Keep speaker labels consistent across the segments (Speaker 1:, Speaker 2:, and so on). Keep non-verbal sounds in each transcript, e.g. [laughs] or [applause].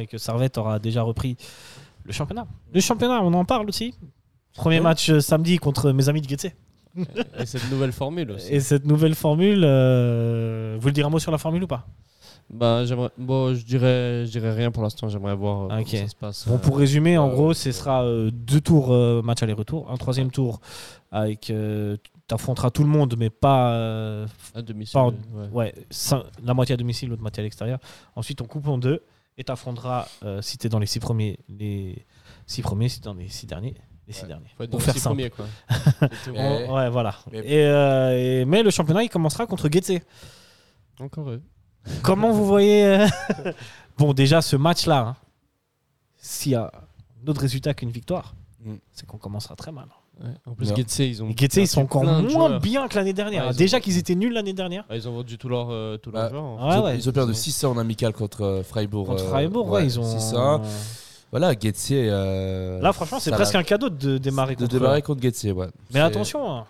Speaker 1: et que Servette aura déjà repris le championnat. Le championnat, on en parle aussi. Premier match euh, samedi contre mes amis de Getse.
Speaker 2: Et cette nouvelle formule aussi.
Speaker 1: Et cette nouvelle formule, euh, vous voulez dire un mot sur la formule ou pas
Speaker 2: Bah, j'aimerais. Bon, je dirais, je dirais rien pour l'instant. J'aimerais voir euh,
Speaker 1: Ok.
Speaker 2: comment ça se passe.
Speaker 1: Bon,
Speaker 2: euh,
Speaker 1: pour résumer, en
Speaker 2: euh,
Speaker 1: gros, ce sera euh, deux tours euh, match aller-retour, un troisième tour avec euh, t'affronteras tout le monde, mais pas euh,
Speaker 2: à domicile.
Speaker 1: Pardon.
Speaker 2: ouais.
Speaker 1: ouais cin- la moitié à domicile, l'autre moitié à l'extérieur. Ensuite, on coupe en deux et t'affronteras euh, si t'es dans les six premiers, les six premiers, si t'es dans les six derniers, les six derniers.
Speaker 2: Faut être
Speaker 1: Pour
Speaker 2: dans
Speaker 1: faire
Speaker 2: les six
Speaker 1: simple. [laughs]
Speaker 2: premiers, quoi.
Speaker 1: On-
Speaker 2: Exactement.
Speaker 3: Eh.
Speaker 1: ouais, voilà.
Speaker 3: Mais-
Speaker 1: Et, euh, et- mais le championnat, il commencera contre Getse.
Speaker 2: Encore eux.
Speaker 1: Comment vous voyez euh, [laughs] Bon, déjà, ce match-là, hein, s'il y a un autre résultat qu'une victoire,
Speaker 3: Mm.
Speaker 1: c'est qu'on commencera très mal. hein.
Speaker 2: Ouais. En plus,
Speaker 3: Non.
Speaker 2: Getse, ils ont.
Speaker 1: Et Getse, ils sont
Speaker 2: perdu
Speaker 1: encore
Speaker 2: plein de
Speaker 1: moins
Speaker 2: joueurs.
Speaker 1: bien que l'année dernière.
Speaker 2: Ouais, ils
Speaker 1: déjà
Speaker 2: ont-
Speaker 1: qu'ils étaient nuls l'année dernière.
Speaker 2: Ah, ils ont vendu tous leurs euh, tous leurs
Speaker 3: Bah,
Speaker 2: joueurs. hein.
Speaker 1: Ah
Speaker 3: ils, ont,
Speaker 1: ouais.
Speaker 3: ils ont perdu 6 en amical contre euh, Freiburg.
Speaker 1: Contre
Speaker 3: euh,
Speaker 1: Freiburg, ouais, ils ont.
Speaker 3: 6-1. Voilà, Getze. euh,
Speaker 1: Là, franchement, c'est presque un cadeau de démarrer
Speaker 3: De
Speaker 1: contre euh,
Speaker 3: démarrer contre Getze, ouais.
Speaker 1: Mais
Speaker 3: C'est-
Speaker 1: attention, hein.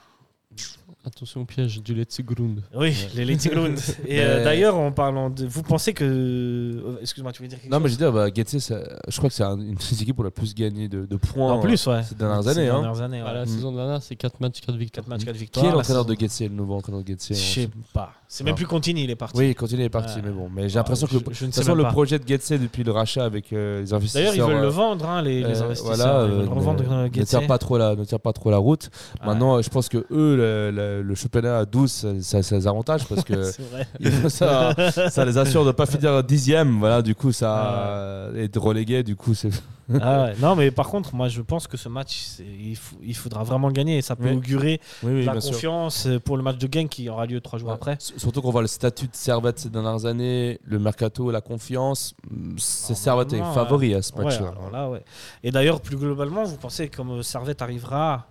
Speaker 2: Attention au piège du Let's Grund.
Speaker 1: oui, les Lady [laughs] Ground. Et euh,
Speaker 3: Mais-
Speaker 1: d'ailleurs, en parlant de. Vous pensez que. euh, Excuse-moi, tu voulais dire quelque
Speaker 3: Non, mais je
Speaker 1: chose
Speaker 3: veux dire, bah, Getze, ça- je crois que c'est un- une des équipes où la plus gagné de, de points. euh,
Speaker 1: En plus, ouais.
Speaker 3: Ces dernières
Speaker 1: Ces
Speaker 3: années, hein.
Speaker 1: dernières années,
Speaker 2: Ah,
Speaker 1: voilà.
Speaker 2: la
Speaker 3: Mm.
Speaker 2: saison dernière, c'est 4 matchs,
Speaker 1: [laughs]
Speaker 2: 4 victoires.
Speaker 1: 4 matchs, 4
Speaker 3: Qui
Speaker 1: victoires.
Speaker 3: est
Speaker 1: La
Speaker 3: l'entraîneur
Speaker 1: saison-
Speaker 3: de Getze, le nouveau entraîneur de Getze
Speaker 1: Je sais pas. C'est même
Speaker 3: Non.
Speaker 1: plus Contini, il est parti.
Speaker 3: Oui, continue, il est parti,
Speaker 1: Ouais.
Speaker 3: mais bon. Mais j'ai l'impression que
Speaker 1: je,
Speaker 3: le- de
Speaker 1: je ne
Speaker 3: toute
Speaker 1: sais
Speaker 3: façon,
Speaker 1: même
Speaker 3: le
Speaker 1: pas.
Speaker 3: projet de Getze depuis le rachat avec euh, les investisseurs.
Speaker 1: D'ailleurs, ils veulent le
Speaker 3: euh,
Speaker 1: vendre, hein, les, les
Speaker 3: euh,
Speaker 1: investisseurs.
Speaker 3: voilà,
Speaker 1: ils
Speaker 3: euh,
Speaker 1: veulent
Speaker 3: ne-
Speaker 1: revendre euh,
Speaker 3: Ne
Speaker 1: Guettet.
Speaker 3: tire pas trop la, ne tire pas trop la route.
Speaker 1: Ah, [laughs]
Speaker 3: Maintenant, euh, je pense que eux, le- le, le championnat à 12, ça, ça, ça les avantage
Speaker 1: [laughs]
Speaker 3: parce que
Speaker 1: c'est vrai.
Speaker 3: ça, euh, ça les assure de ne pas finir dixième. Voilà, du coup,
Speaker 1: Ah.
Speaker 3: ça est relégué. Du coup, c'est
Speaker 1: [laughs] Ah ouais. Non, mais par contre, moi, je pense que ce match, c'est- il, faut- il faudra vraiment le gagner. Et ça peut
Speaker 3: Oui.
Speaker 1: augurer
Speaker 3: oui,
Speaker 1: de la confiance euh, pour le match de gang qui aura lieu trois jours après.
Speaker 3: Surtout qu'on voit le statut de Servette ces dernières années, le mercato, la confiance. C'est Servette est
Speaker 1: Normalement,
Speaker 3: favori à ce
Speaker 1: Ah, Ouais, Mm,
Speaker 3: match-là.
Speaker 1: alors là, ouais. Et d'ailleurs, plus globalement, vous pensez comme euh, Servette arrivera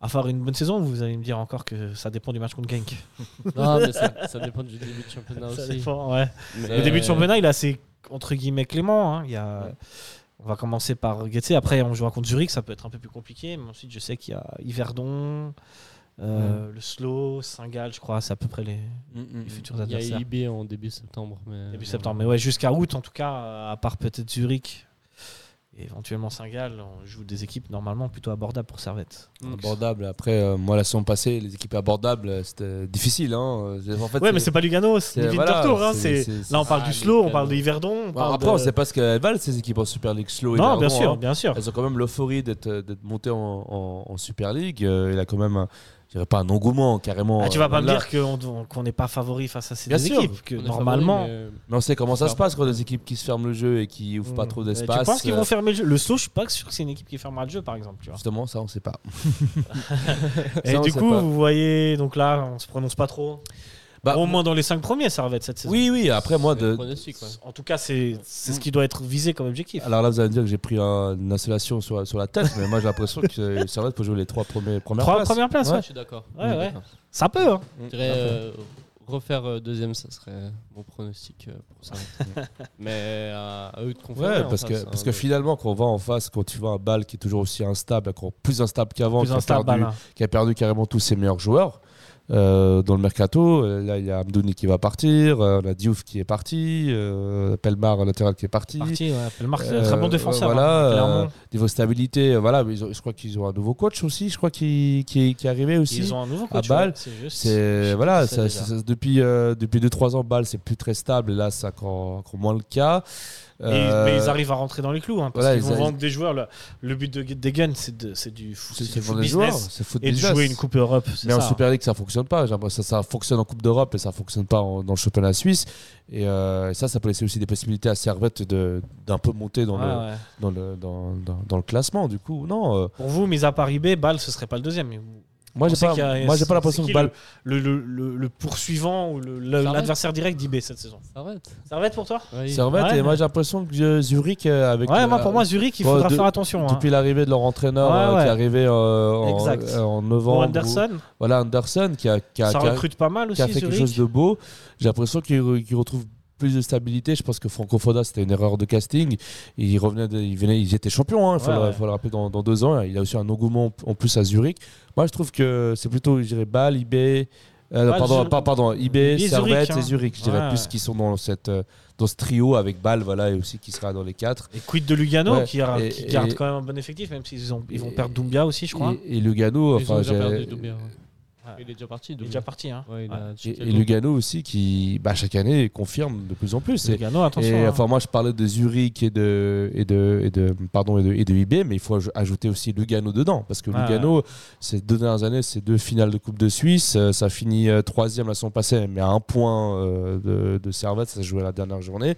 Speaker 1: à faire une bonne saison ou Vous allez me dire encore que ça dépend du match contre Genk.
Speaker 2: Non, mais ça, ça dépend du début de championnat
Speaker 1: Ça
Speaker 2: aussi.
Speaker 1: dépend, ouais.
Speaker 2: Mais-
Speaker 1: Le début
Speaker 3: Euh,
Speaker 1: de championnat, il est assez entre guillemets clément. hein. Il y a... On va commencer par Getse. Après, on jouera contre Zurich, ça peut être un peu plus compliqué. Mais ensuite, je sais qu'il y a Yverdon, euh, le Slow, Saint-Gall, je crois, c'est à peu près les,
Speaker 3: Mm-hmm.
Speaker 1: les futurs
Speaker 2: euh, Il y a
Speaker 1: adversaires.
Speaker 2: IB en début septembre. Mais
Speaker 3: euh,
Speaker 2: euh,
Speaker 1: Début septembre. Mais ouais, jusqu'à août, en tout cas, à part peut-être Zurich et éventuellement Saint-Gall, on joue des équipes normalement plutôt abordables pour Servette.
Speaker 3: Abordable. Après, euh, moi, la saison passée, les équipes abordables, euh, c'était difficile. Hein. Euh, En fait,
Speaker 1: ouais, mais c'est pas Lugano,
Speaker 3: c'est-
Speaker 1: c'est Living
Speaker 3: voilà,
Speaker 1: Tour, hein, c'est-
Speaker 3: c'est- c'est- c'est-
Speaker 1: Là, on parle
Speaker 2: Ah,
Speaker 1: du Slow, on
Speaker 2: Lugano.
Speaker 1: parle de Yverdon. on
Speaker 3: Bon,
Speaker 1: parle
Speaker 3: après, on
Speaker 1: de-
Speaker 3: sait pas ce qu'elles valent, ces équipes en Super League slow. et
Speaker 1: Non, bien
Speaker 3: Verdon,
Speaker 1: sûr,
Speaker 3: hein.
Speaker 1: bien sûr.
Speaker 3: Elles ont quand même l'euphorie d'être euh, d'être montées en, en- en Super League. Euh, Il y a quand même, un- je dirais pas un engouement carrément.
Speaker 1: Ah, tu vas
Speaker 3: euh,
Speaker 1: pas me
Speaker 3: là.
Speaker 1: dire qu'on qu'on n'est pas favori face à ces
Speaker 3: Bien
Speaker 1: deux
Speaker 3: sûr.
Speaker 1: équipes, que
Speaker 2: On est favori,
Speaker 1: normalement.
Speaker 2: mais- euh,
Speaker 3: Mais on sait comment ça se passe quand des équipes qui se ferment le jeu et qui ouvrent pas
Speaker 1: Hmm.
Speaker 3: trop
Speaker 1: Mais
Speaker 3: d'espace.
Speaker 1: Tu penses qu'ils
Speaker 3: euh,
Speaker 1: vont fermer le jeu Le saut, je suis pas sûr que c'est une équipe qui fermera le jeu, par exemple. Tu vois.
Speaker 3: Justement, ça, on
Speaker 1: [laughs]
Speaker 3: sait pas.
Speaker 1: Et
Speaker 3: Ça, on
Speaker 1: du
Speaker 3: sait
Speaker 1: coup,
Speaker 3: pas.
Speaker 1: vous voyez, donc là, on se prononce pas trop.
Speaker 3: Bah,
Speaker 1: Au moins dans les 5 premiers, ça va être cette saison.
Speaker 3: Oui, oui, après, moi,
Speaker 2: mais
Speaker 3: de,
Speaker 2: pronostic, ouais.
Speaker 1: En tout cas, c'est c'est ce qui doit être visé comme objectif.
Speaker 3: Alors là, vous allez me dire que j'ai pris un- une installation sur, sur la tête, mais moi j'ai l'impression que euh, Servette peut jouer les trois premiers, premières
Speaker 1: Trois
Speaker 3: places.
Speaker 1: premières places, ouais.
Speaker 2: Je suis d'accord.
Speaker 1: Ouais,
Speaker 2: Je suis
Speaker 1: ouais.
Speaker 2: d'accord.
Speaker 1: Ça peut, hein.
Speaker 2: Je dirais euh, refaire euh, deuxième, ça serait mon pronostic euh,
Speaker 1: [laughs]
Speaker 2: pour ça. mais euh, à eux de confirmer.
Speaker 3: Ouais,
Speaker 2: en
Speaker 3: parce que,
Speaker 2: face,
Speaker 3: parce
Speaker 2: hein,
Speaker 3: que
Speaker 2: mais-
Speaker 3: finalement, quand on va en face, quand tu vois un bal qui est toujours aussi instable, encore plus instable qu'avant,
Speaker 1: Plus
Speaker 3: qui, a
Speaker 1: instable,
Speaker 3: perdu-
Speaker 1: Alain.
Speaker 3: qui a perdu carrément tous ses meilleurs joueurs euh, dans le mercato, euh, là il y a Amdouni qui va partir, euh, on a Diouf qui est parti, euh, Pelmar, un latéral qui est parti.
Speaker 1: Parti, ouais. Pellemare, c'est un
Speaker 3: Euh,
Speaker 1: très bon défenseur.
Speaker 3: voilà,
Speaker 1: hein,
Speaker 3: euh,
Speaker 1: clairement.
Speaker 3: niveau stabilité, euh, voilà, mais ils ont- je crois qu'ils ont un nouveau coach aussi, je crois qui, qui, qui est arrivé aussi.
Speaker 1: Ils ont un nouveau
Speaker 3: à
Speaker 1: coach.
Speaker 3: Bâle,
Speaker 1: ouais, c'est juste.
Speaker 3: C'est voilà,
Speaker 1: ça
Speaker 3: ça-
Speaker 1: déjà.
Speaker 3: ça- depuis euh, depuis deux trois ans, Bâle c'est plus très stable. Et là, c'est encore, encore moins le cas.
Speaker 1: Et-
Speaker 3: Euh,
Speaker 1: mais ils arrivent à rentrer dans les clous. hein, parce
Speaker 3: voilà,
Speaker 1: qu'ils
Speaker 3: ils
Speaker 1: vont
Speaker 3: a-
Speaker 1: vendre des joueurs. Le, le but de Degen, c'est de- c'est du, fou-
Speaker 3: c'est
Speaker 1: c'est du
Speaker 3: c'est
Speaker 1: foot
Speaker 3: pour des joueurs,
Speaker 1: business.
Speaker 3: c'est foot
Speaker 1: Et de
Speaker 3: business.
Speaker 1: jouer une Coupe Europe. c'est
Speaker 3: Mais en
Speaker 1: ça.
Speaker 3: Super League, ça fonctionne pas. J'ai l'impression que ça, ça fonctionne en Coupe d'Europe et ça fonctionne pas en- dans le championnat suisse. Et euh, ça, ça peut laisser aussi des possibilités à Servette de- d'un peu monter dans,
Speaker 1: Ouais,
Speaker 3: le,
Speaker 1: ouais.
Speaker 3: dans, le, dans, dans- dans le classement. Du coup, non. euh,
Speaker 1: Pour vous, mis à Paris B, Bâle, ce serait pas le deuxième. mais vous-
Speaker 3: moi,
Speaker 1: on
Speaker 3: j'ai
Speaker 1: sait
Speaker 3: pas,
Speaker 1: qu'il y a-
Speaker 3: moi, j'ai
Speaker 1: c'est-
Speaker 3: pas l'impression
Speaker 1: c'est
Speaker 3: que
Speaker 1: qui
Speaker 3: Bâle.
Speaker 1: Le, le, le- le poursuivant ou le- le-
Speaker 2: Servette
Speaker 1: l'adversaire direct d'IB cette saison.
Speaker 2: Arrête.
Speaker 1: Ça va être pour toi
Speaker 2: Ouais, il-
Speaker 3: Servette
Speaker 1: Ouais.
Speaker 3: et moi, j'ai l'impression que euh, Zurich euh, avec.
Speaker 1: Ouais, moi,
Speaker 3: euh,
Speaker 1: pour moi, Zurich, il
Speaker 3: bon,
Speaker 1: faudra
Speaker 3: de-
Speaker 1: faire attention. hein.
Speaker 3: depuis l'arrivée de leur entraîneur
Speaker 1: Ouais,
Speaker 3: euh,
Speaker 1: ouais.
Speaker 3: qui est arrivé euh, en,
Speaker 1: Exact.
Speaker 3: euh, en
Speaker 1: Pour
Speaker 3: novembre. ou-
Speaker 1: Anderson,
Speaker 3: voilà Anderson qui a, qui a-
Speaker 1: ça
Speaker 3: qui a-
Speaker 1: recrute pas mal
Speaker 3: qui a
Speaker 1: aussi,
Speaker 3: fait quelque chose
Speaker 1: Zurich.
Speaker 3: de beau. J'ai l'impression qu'il re- qu'il retrouve plus de stabilité. Je pense que Franco Foda, c'était une erreur de casting. Ils, revenaient de- ils, venaient, ils étaient champions, hein, il faut,
Speaker 1: Ouais,
Speaker 3: le,
Speaker 1: ouais.
Speaker 3: faut le rappeler, dans, dans deux ans. Il a aussi un engouement en plus à Zurich. Moi, je trouve que c'est plutôt, je dirais, Bâle, IB. euh,
Speaker 1: Bâle,
Speaker 3: pardon,
Speaker 1: Zurich.
Speaker 3: pas- pardon, IB,
Speaker 1: IB, Zurich,
Speaker 3: Servette
Speaker 1: hein.
Speaker 3: et Zurich, je dirais
Speaker 1: Ouais,
Speaker 3: plus
Speaker 1: ouais.
Speaker 3: qui sont dans cette euh, dans ce trio avec Bâle, voilà, et aussi qui sera dans les quatre.
Speaker 1: Et quid de Lugano
Speaker 3: Ouais,
Speaker 1: qui, a-
Speaker 3: et-
Speaker 1: qui garde
Speaker 3: et-
Speaker 1: quand même un bon effectif, même s'ils ont, ils vont
Speaker 3: et-
Speaker 1: perdre Doumbia aussi, je crois.
Speaker 3: Et, et Lugano,
Speaker 2: Ils ont
Speaker 3: enfin,
Speaker 2: déjà
Speaker 3: j'ai-
Speaker 2: perdu Doubert, ouais.
Speaker 1: Ouais.
Speaker 2: Il est déjà parti.
Speaker 1: Il est déjà parti. Hein.
Speaker 3: et, et Lugano aussi qui, bah, chaque année, confirme de plus en plus. Et-
Speaker 1: Lugano, attention.
Speaker 3: Et,
Speaker 1: hein.
Speaker 3: enfin, moi, je parlais de Zurich et de, et de, et de, pardon, et de, et de IB, mais il faut aj- ajouter aussi Lugano dedans. Parce que
Speaker 1: Ah,
Speaker 3: Lugano, ces deux dernières années, ces deux finales de Coupe de Suisse, euh, ça finit euh, troisième la saison passée, mais à un point euh, de, de Servette, ça se jouait la
Speaker 1: [laughs]
Speaker 3: dernière journée.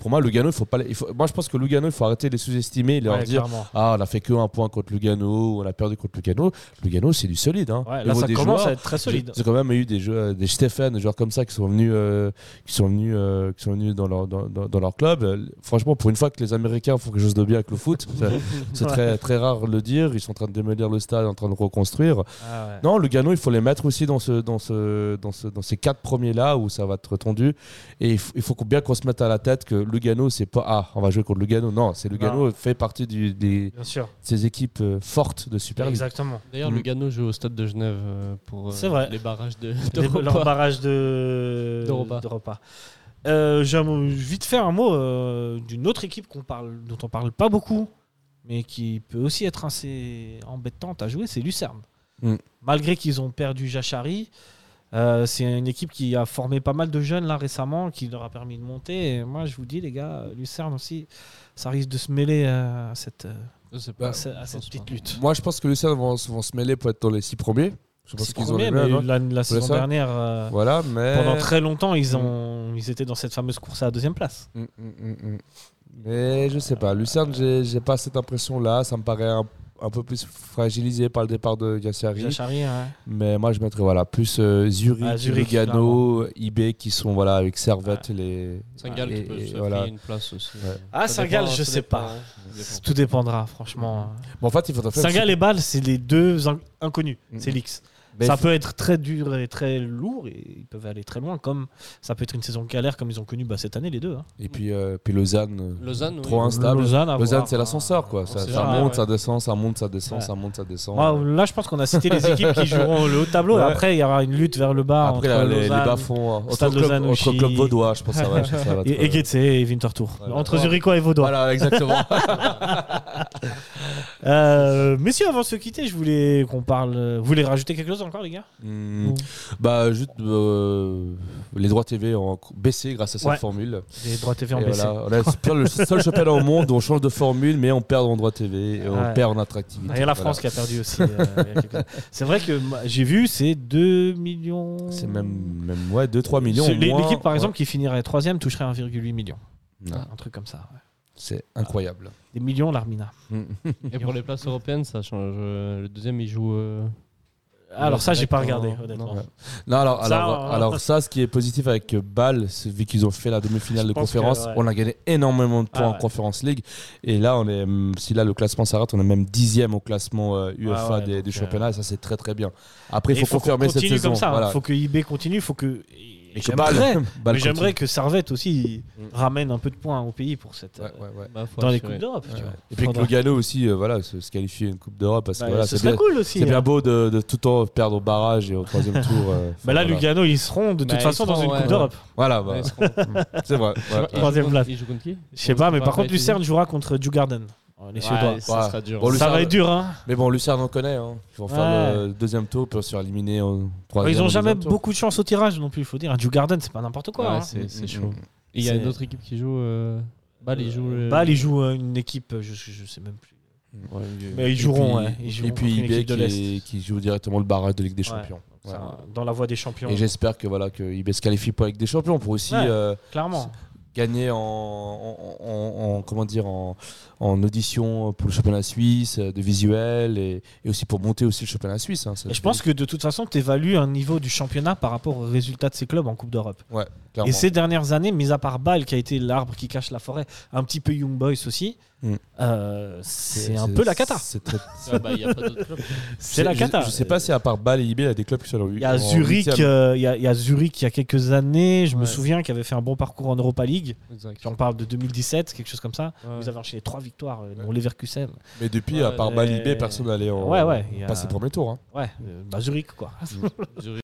Speaker 3: Pour moi, Lugano, il faut pas. les- il faut- moi, je pense que Lugano, il faut arrêter de les sous-estimer et leur
Speaker 1: Ouais,
Speaker 3: dire.
Speaker 1: clairement.
Speaker 3: Ah, on a fait que un point contre Lugano, on a perdu contre Lugano. Lugano, c'est du solide. Hein.
Speaker 1: Ouais,
Speaker 3: Au
Speaker 1: là,
Speaker 3: niveau
Speaker 1: ça
Speaker 3: des
Speaker 1: commence
Speaker 3: joueurs,
Speaker 1: à être très solide.
Speaker 3: j'ai j'ai quand même eu des joueurs, des Stéphane, des joueurs comme ça qui sont venus, euh, qui sont venus, euh, qui sont venus dans leur dans, dans- dans leur club. Euh, Franchement, pour une fois que les Américains font quelque chose de bien avec le foot, ça- c'est très très rare de le dire. Ils sont en train de démolir le stade, en train de reconstruire.
Speaker 1: Ah ouais.
Speaker 3: Non, Lugano, il faut les mettre aussi dans ce dans ce dans ce- dans ces quatre premiers là où ça va être tendu. Et il faut, il faut qu'on- bien qu'on se mette à la tête que Lugano, c'est pas ah on va jouer contre Lugano. Non, c'est Lugano fait partie du- des
Speaker 1: Bien sûr.
Speaker 3: ces équipes euh, fortes de Super League.
Speaker 1: Exactement.
Speaker 2: D'ailleurs,
Speaker 3: Mm.
Speaker 2: Lugano joue au stade de Genève euh, pour euh,
Speaker 1: C'est vrai.
Speaker 2: les barrages de
Speaker 1: Les- Leur
Speaker 2: d'Europa.
Speaker 1: barrage de
Speaker 2: D'Europa.
Speaker 1: d'Europa. Euh, J'ai un- vite faire un mot euh, d'une autre équipe qu'on parle, dont on parle pas beaucoup, mais qui peut aussi être assez embêtante à jouer, c'est Lucerne.
Speaker 3: Mm.
Speaker 1: Malgré qu'ils ont perdu Jachari, euh, c'est une équipe qui a formé pas mal de jeunes là récemment, qui leur a permis de monter. Et moi, je vous dis, les gars, Lucerne aussi, ça risque de se mêler euh, à cette, euh,
Speaker 2: Je sais
Speaker 1: à
Speaker 3: Bah,
Speaker 2: pas.
Speaker 1: ce- à cette
Speaker 2: pense
Speaker 1: petite
Speaker 2: pas.
Speaker 1: lutte.
Speaker 3: Moi, je pense que Lucerne vont, vont se mêler pour être dans les six premiers. Je pense
Speaker 1: C'est
Speaker 3: qu'ils ont
Speaker 1: premier,
Speaker 3: les mêmes,
Speaker 1: mais
Speaker 3: hein.
Speaker 1: la, la saison
Speaker 3: ça Mm.
Speaker 1: dernière. euh,
Speaker 3: Voilà, mais.
Speaker 1: pendant très longtemps, ils, ont, ils étaient dans cette fameuse course à la deuxième place.
Speaker 3: Mm, mm, mm, mm. Mais je sais pas. Lucerne, j'ai j'ai pas cette impression-là. Ça me paraît un, un peu plus fragilisé par le départ de Gassiari.
Speaker 1: Jachari, ouais.
Speaker 3: Mais moi, je mettrais voilà, plus euh, Zurich,
Speaker 1: Ah, Zurich,
Speaker 3: Lugano, IB qui sont voilà, avec Servette. Les...
Speaker 2: Saint-Gall
Speaker 3: Ah, et-
Speaker 2: qui peut
Speaker 3: et
Speaker 2: se
Speaker 3: voilà.
Speaker 2: payer une place aussi.
Speaker 3: Ouais.
Speaker 1: Ah,
Speaker 2: Ça
Speaker 1: Saint-Gall,
Speaker 2: dépend,
Speaker 1: je
Speaker 2: ça
Speaker 1: sais
Speaker 2: dépend,
Speaker 1: pas.
Speaker 2: hein. Ça dépend.
Speaker 1: Tout dépendra, franchement.
Speaker 3: Bon, en fait, il faudrait faire.
Speaker 1: Saint-Gall et Bâle, c'est les deux in- inconnus.
Speaker 3: Mm.
Speaker 1: C'est l'X.
Speaker 3: Mais
Speaker 1: Ça
Speaker 3: il faut-
Speaker 1: peut être très dur et très lourd, et ils peuvent aller très loin, comme ça peut être une saison galère, comme ils ont connu bah, cette année, les deux. hein.
Speaker 3: Et puis, euh, puis Lausanne. euh,
Speaker 2: Lausanne, oui.
Speaker 3: Trop instable.
Speaker 1: Lausanne, à
Speaker 3: Lausanne,
Speaker 1: voir. bah,
Speaker 3: c'est l'ascenseur, quoi. Ça,
Speaker 2: sait
Speaker 3: ça
Speaker 1: jamais,
Speaker 3: monte,
Speaker 2: ouais.
Speaker 3: ça descend, ça monte, ça descend,
Speaker 1: Ouais. Ah,
Speaker 3: ça monte, ça descend.
Speaker 1: Moi, Bah, là, je pense qu'on a cité les équipes qui joueront le haut de tableau. et
Speaker 3: Ouais.
Speaker 1: Après, il y aura une lutte vers le bas.
Speaker 3: Après,
Speaker 1: Ah, entre
Speaker 3: là, les, les
Speaker 1: Lausanne
Speaker 3: bas fonds, hein. entre,
Speaker 1: Stade
Speaker 3: club,
Speaker 1: Lausanne
Speaker 3: entre
Speaker 1: aussi.
Speaker 3: club vaudois, je pense que ça va, ça
Speaker 1: [laughs]
Speaker 3: va être,
Speaker 1: et, et
Speaker 3: euh,
Speaker 1: Guetze et Winterthur.
Speaker 3: Voilà.
Speaker 1: Entre Zurichois et Vaudois. [laughs]
Speaker 3: Voilà, exactement.
Speaker 1: Euh, messieurs, avant de se quitter, je voulais qu'on parle. Vous voulez rajouter quelque chose encore, les gars
Speaker 3: Hmm, Bah, juste euh, les droits TV ont baissé grâce à cette
Speaker 1: Ouais.
Speaker 3: formule.
Speaker 1: Les droits TV en
Speaker 3: Et
Speaker 1: baissé.
Speaker 3: voilà, on a- c'est le seul championnat au monde où on change de formule, mais on perd en droits TV et
Speaker 1: Ouais.
Speaker 3: on perd en attractivité.
Speaker 1: Ah, Il y a la
Speaker 3: Voilà.
Speaker 1: France qui a perdu aussi. euh, il y a quelques- c'est vrai que moi, j'ai vu, c'est 2 millions.
Speaker 3: C'est même, même ouais, 2-3 millions.
Speaker 1: C'est-
Speaker 3: au
Speaker 1: l'é-
Speaker 3: moins.
Speaker 1: L'équipe, par
Speaker 3: Ouais.
Speaker 1: exemple, qui finirait troisième toucherait 1,8 million.
Speaker 3: Non,
Speaker 1: Un truc comme ça. ouais.
Speaker 3: C'est incroyable. Mm,
Speaker 1: Des millions, l'Armina.
Speaker 2: Et pour les places européennes, ça change. euh, Le deuxième, il joue. euh,
Speaker 1: Ah, Alors, ça, j'ai pas regardé,
Speaker 2: Non,
Speaker 1: honnêtement.
Speaker 3: ouais. Non, alors,
Speaker 1: Ça, hein.
Speaker 3: alors,
Speaker 1: on-
Speaker 3: alors ça, ce qui est positif avec Bâle, c'est vu qu'ils ont fait la demi-finale
Speaker 1: Je
Speaker 3: de
Speaker 1: pense
Speaker 3: conférence,
Speaker 1: que, ouais.
Speaker 3: on a gagné énormément de points
Speaker 1: Ah
Speaker 3: en
Speaker 1: ouais.
Speaker 3: Conférence League. Et là, on est, hum, si là le classement s'arrête, on est même dixième au classement euh, UEFA
Speaker 1: ouais,
Speaker 3: des,
Speaker 1: donc,
Speaker 3: du
Speaker 1: euh,
Speaker 3: championnat. Et ça, c'est très très bien. Après,
Speaker 1: Et
Speaker 3: il faut,
Speaker 1: qu'on
Speaker 3: confirmer cette
Speaker 1: continue
Speaker 3: saison.
Speaker 1: comme ça. Il
Speaker 3: voilà.
Speaker 1: faut que IB continue. faut que.
Speaker 3: Et que Bâle-
Speaker 1: J'aimerais-
Speaker 3: [laughs] Bâle
Speaker 1: mais j'aimerais
Speaker 3: continue.
Speaker 1: que Servette aussi
Speaker 3: Mm.
Speaker 1: ramène un peu de points au pays pour cette. euh,
Speaker 3: Ouais, ouais, ouais.
Speaker 2: bah, faut
Speaker 1: Dans les
Speaker 2: assurer.
Speaker 1: Coupes d'Europe. tu
Speaker 3: Ouais.
Speaker 1: vois.
Speaker 3: Et puis que
Speaker 1: Faudra-
Speaker 3: Lugano aussi, euh, voilà, se, se qualifier une Coupe d'Europe parce que
Speaker 1: Bah,
Speaker 3: voilà,
Speaker 1: ce
Speaker 3: c'est
Speaker 1: serait
Speaker 3: bien,
Speaker 1: cool aussi.
Speaker 3: c'est bien
Speaker 1: hein.
Speaker 3: beau de, de tout le temps perdre au barrage et au troisième tour. euh,
Speaker 1: [laughs] Bah là,
Speaker 3: voilà.
Speaker 1: Lugano, ils seront de
Speaker 2: Bah,
Speaker 1: toute
Speaker 2: ils
Speaker 1: façon dans
Speaker 2: seront,
Speaker 1: une
Speaker 2: ouais.
Speaker 1: Coupe d'Europe.
Speaker 3: Voilà,
Speaker 2: Ouais,
Speaker 3: bah,
Speaker 2: ils seront-
Speaker 3: [laughs] c'est vrai. ouais, ouais.
Speaker 2: Il joue
Speaker 1: Troisième
Speaker 2: contre-
Speaker 1: place.
Speaker 2: Il joue contre qui
Speaker 1: Je sais pas, mais par contre,
Speaker 2: du
Speaker 1: Lucerne jouera contre Dugarden, euh, les Suédois.
Speaker 2: Ça
Speaker 3: Ouais.
Speaker 2: sera dur.
Speaker 3: Bon,
Speaker 1: Ça
Speaker 3: Lucerne-
Speaker 1: va être dur, hein.
Speaker 3: Mais bon, Lucerne, on connaît. Hein. Ils vont faire
Speaker 1: Ouais.
Speaker 3: le deuxième tour, puis se faire éliminer au troisième.
Speaker 1: Ils ont
Speaker 3: au
Speaker 1: jamais
Speaker 3: deuxième tour.
Speaker 1: beaucoup de chance au tirage non plus, il faut dire. Un Dugarden, c'est pas n'importe quoi.
Speaker 2: Ouais,
Speaker 1: hein.
Speaker 2: c'est-
Speaker 3: Mm,
Speaker 2: C'est
Speaker 3: mm,
Speaker 2: chaud.
Speaker 3: mm.
Speaker 2: Et Il y a une
Speaker 1: C'est-
Speaker 2: autre équipe qui joue. euh, Bâle, il joue. euh,
Speaker 1: Bâle, ils jouent euh, une équipe, euh, je, je- je sais même plus.
Speaker 3: Ouais,
Speaker 1: Mais ils
Speaker 3: Et
Speaker 1: joueront,
Speaker 3: puis-
Speaker 1: ouais, ils joueront
Speaker 3: et puis
Speaker 1: contre une
Speaker 3: IB
Speaker 1: équipe de
Speaker 3: qui,
Speaker 1: l'Est.
Speaker 3: qui joue directement le barrage de Ligue des
Speaker 1: Ouais.
Speaker 3: Champions.
Speaker 1: Ça,
Speaker 3: Ouais.
Speaker 1: euh, Dans la voie des champions,
Speaker 3: Et j'espère que voilà que IB se qualifie pour avec des champions pour aussi
Speaker 1: Ouais.
Speaker 3: euh,
Speaker 1: clairement.
Speaker 3: gagner en, en- en- en- comment dire en, en audition pour le championnat suisse euh, de visuel et, et aussi pour monter aussi le championnat suisse. hein. Ça-
Speaker 1: Et je pense que de toute façon, tu évalues un niveau du championnat par rapport aux résultats de ces clubs en Coupe d'Europe.
Speaker 3: clairement.
Speaker 1: Et ces dernières années, mis à part Bâle, qui a été l'arbre qui cache la forêt, un petit peu Young Boys aussi,
Speaker 3: Mm.
Speaker 1: euh, c'est un peu la cata.
Speaker 3: C'est très-
Speaker 2: Ah bah, Il n'y a pas d'autre club.
Speaker 1: C'est la
Speaker 3: je-
Speaker 1: cata.
Speaker 3: Je, sais pas si à part Bâle et IB il y a des clubs qui sont en
Speaker 1: Il y a
Speaker 3: en
Speaker 1: Zurich,
Speaker 3: huitième.
Speaker 1: euh, il y, a- il y a Zurich il y a quelques années, je me
Speaker 2: Oh, Ouais.
Speaker 1: souviens, qui avait fait un bon parcours en Europa League.
Speaker 2: Exact.
Speaker 1: On parle de 2017, quelque chose comme ça.
Speaker 2: Ouais.
Speaker 1: Vous avez enchaîné trois victoires, euh, dont Leverkusen.
Speaker 3: Mais depuis
Speaker 2: Ouais,
Speaker 3: à part
Speaker 1: mais-
Speaker 3: Bâle et IB personne n'allait en
Speaker 1: Ouais, ouais, il y a-
Speaker 3: passer le premier tour. hein.
Speaker 1: Ouais, euh, bah Zurich quoi.
Speaker 2: Zurich.